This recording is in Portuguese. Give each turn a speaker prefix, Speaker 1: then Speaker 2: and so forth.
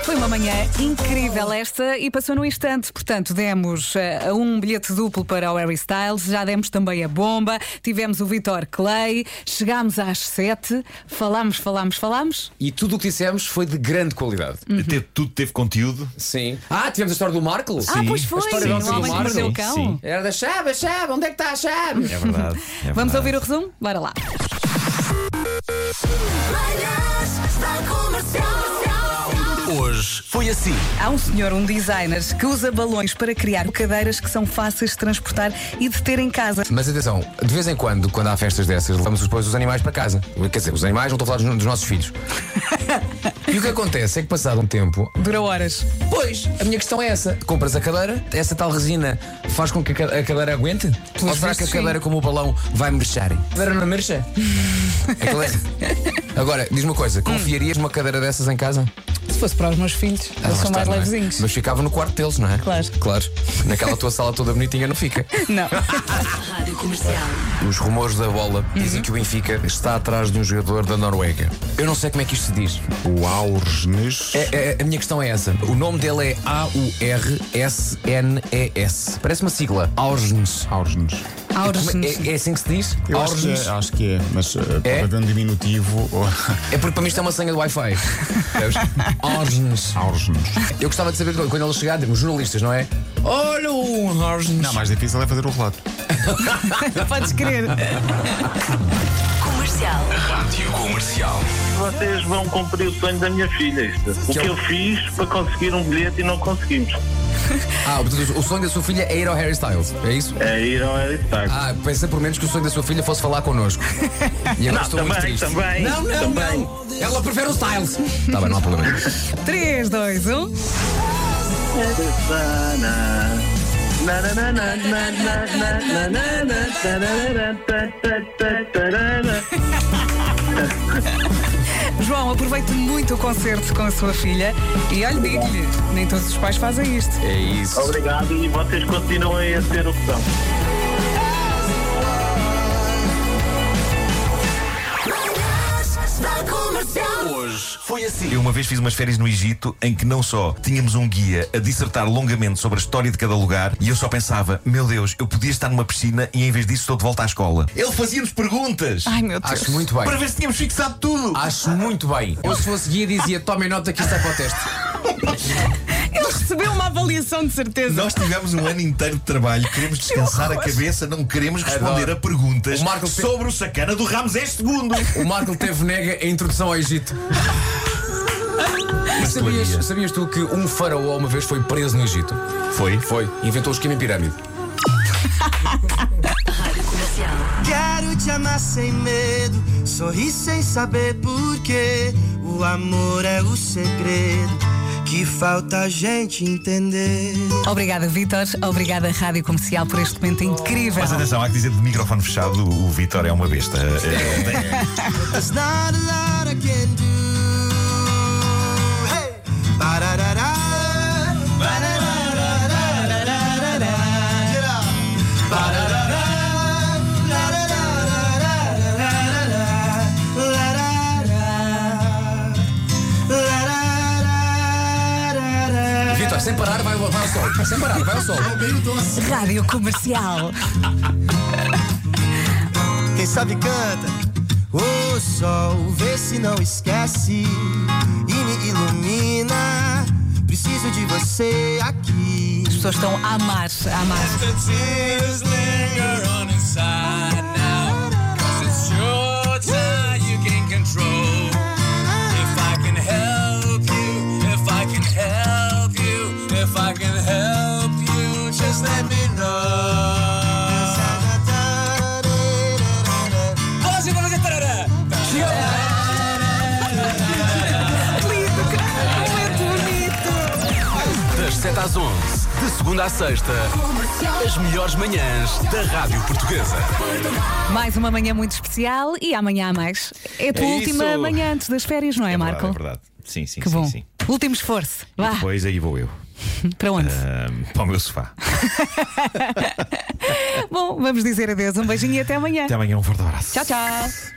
Speaker 1: Foi uma manhã incrível esta e passou num instante. Portanto, demos eh, um bilhete duplo para o Harry Styles, já demos também a bomba, tivemos o Vitor Clay, chegámos às sete, falámos, falámos, falámos.
Speaker 2: E tudo o que dissemos foi de grande qualidade.
Speaker 3: Hum.
Speaker 4: Teve- tudo teve conteúdo.
Speaker 2: Sim. Ah, tivemos a história do Marco?
Speaker 1: Ah, pois foi!
Speaker 2: história do
Speaker 1: o homem que
Speaker 2: Marco.
Speaker 1: mordeu o
Speaker 4: Sim,
Speaker 1: cão.
Speaker 4: sim.
Speaker 2: Era da chave, a chave, onde é que está a chave?
Speaker 4: É verdade. é
Speaker 1: Vamos
Speaker 4: verdade.
Speaker 1: ouvir o resumo? Bora lá.
Speaker 5: Manhãs da Comercial.
Speaker 6: Hoje foi assim.
Speaker 1: Há um senhor, um designer, que usa balões para criar cadeiras que são fáceis de transportar e de ter em casa.
Speaker 3: Mas atenção, de vez em quando, quando há festas dessas, levamos depois os animais para casa. Quer dizer, os animais, não estou a falar dos, dos nossos filhos. e o que acontece é que, passado um tempo,
Speaker 1: Dura horas.
Speaker 3: pois, a minha questão é essa: compras a cadeira, essa tal resina faz com que a ca- a cadeira aguente? Ou será que a
Speaker 1: vistos,
Speaker 3: cadeira, como o balão, vai murchar? A cadeira não murcha? Aquela- é- Agora, diz uma coisa: confiarias numa cadeira dessas em casa?
Speaker 1: Se fosse para os meus filhos,
Speaker 3: Ah, lá está, não é? Mas ficava no quarto deles, não é?
Speaker 1: Claro.
Speaker 3: Claro. Naquela tua sala toda bonitinha não fica.
Speaker 1: Não.
Speaker 3: Os rumores da bola dizem que o Benfica está atrás de um jogador da Noruega. Eu não sei como é que isto se diz.
Speaker 7: O Aursnes.
Speaker 3: É- é- a minha questão é essa. O nome dele é A-U-R-S-N-E-S. Parece uma sigla. Aursnes.
Speaker 7: Aursnes.
Speaker 3: Como É, é assim que se diz?
Speaker 7: Eu acho que,
Speaker 3: Aursnes.
Speaker 7: é, acho que é, mas eh, pode
Speaker 3: É?
Speaker 7: haver um diminutivo. ou-
Speaker 3: É porque para mim isto é uma senha do Wi-Fi. Percebes? Aursnes.
Speaker 7: Aursnes.
Speaker 3: Eu gostava de saber quando ele chegar, os jornalistas, não é? Olha o Aursnes.
Speaker 7: Não, mais difícil é fazer o relato.
Speaker 1: Podes crer.
Speaker 5: Comercial.
Speaker 6: Rádio Comercial.
Speaker 8: Vocês vão cumprir o sonho da minha filha. Isto. O que eu fiz para conseguir um bilhete e não conseguimos.
Speaker 3: Ah, portanto, o sonho da sua filha é ir ao Harry Styles. É isso?
Speaker 8: É ir ao Aristarco.
Speaker 3: Ah, pensei por menos que o sonho da sua filha fosse falar connosco. E agora
Speaker 8: Não,
Speaker 3: estou muito
Speaker 8: também,
Speaker 3: triste.
Speaker 8: também,
Speaker 3: não, não,
Speaker 8: também.
Speaker 3: não. Ela prefere o Styles. Tá bem, não há problema.
Speaker 1: 3, 2, 1.
Speaker 8: Ah.
Speaker 1: João, aproveite muito o concerto com a sua filha e olha, digo-lhe, nem todos os pais fazem isto.
Speaker 3: É isso.
Speaker 8: Obrigado e vocês continuem a ser o que são.
Speaker 5: Manhãs da Comercial.
Speaker 6: Hoje foi assim.
Speaker 4: Eu uma vez fiz umas férias no Egito em que não só tínhamos um guia a dissertar longamente sobre a história de cada lugar e eu só pensava, meu Deus, eu podia estar numa piscina e em vez disso estou de volta à escola. Ele fazia-nos perguntas
Speaker 1: Ai meu Deus.
Speaker 3: Acho muito bem.
Speaker 4: para ver se tínhamos fixado tudo.
Speaker 3: Acho muito bem. Eu se fosse guia dizia, tomem nota que isto é para o teste.
Speaker 1: Ele recebeu uma avaliação de certeza.
Speaker 4: Nós tivemos um ano inteiro de trabalho, queremos descansar a cabeça, não queremos responder
Speaker 3: Adoro.
Speaker 4: a perguntas
Speaker 3: O Marco Pe-
Speaker 4: sobre o sacana do Ramsés II.
Speaker 3: O Marco teve nega a introdução ao Egito.
Speaker 4: havia.
Speaker 3: Sabias, sabias tu que um faraó uma vez foi preso no Egito?
Speaker 4: Foi?
Speaker 3: Foi. Inventou o esquema em pirâmide.
Speaker 9: Quero te amar sem medo, sorrir sem saber porquê. O amor é o segredo que falta a gente entender.
Speaker 1: Obrigada, Vítor. Obrigada, Rádio Comercial, por este momento incrível.
Speaker 4: Mas atenção, há que dizer de microfone fechado, o o Vitor é uma besta. É, tem-
Speaker 9: There's not a lot I can do. Hey! Ba-da-da-da. Ba-da-da-da-da-da-da-da. Get up. Ba-da-da-da. La-da-da-da-da-da-da-da. La-da-da. La-da-da-da-da.
Speaker 3: Vitor, sem parar, vai, vai ao sol. Sem parar, vai ao sol.
Speaker 1: Rádio Comercial.
Speaker 9: Quem sabe canta. Ô sol, vê se não esquece e me ilumina. Preciso de você aqui.
Speaker 1: As pessoas estão a amar, a amar.
Speaker 6: Das 7 às 11, de segunda à sexta, as melhores manhãs da Rádio Portuguesa.
Speaker 1: Mais uma manhã muito especial e amanhã há mais. É a tua
Speaker 4: É
Speaker 1: última
Speaker 4: isso.
Speaker 1: manhã antes das férias, não é,
Speaker 4: verdade,
Speaker 1: Marco?
Speaker 4: É verdade. Sim, sim,
Speaker 1: que
Speaker 4: sim,
Speaker 1: bom. Ah.
Speaker 4: sim.
Speaker 1: Último esforço. Vá,
Speaker 4: Depois aí vou eu.
Speaker 1: para onde?
Speaker 4: Ahm, para o meu sofá.
Speaker 1: Bom, vamos dizer adeus. Um beijinho e até amanhã.
Speaker 4: Até amanhã, um forte abraço.
Speaker 1: Tchau, tchau.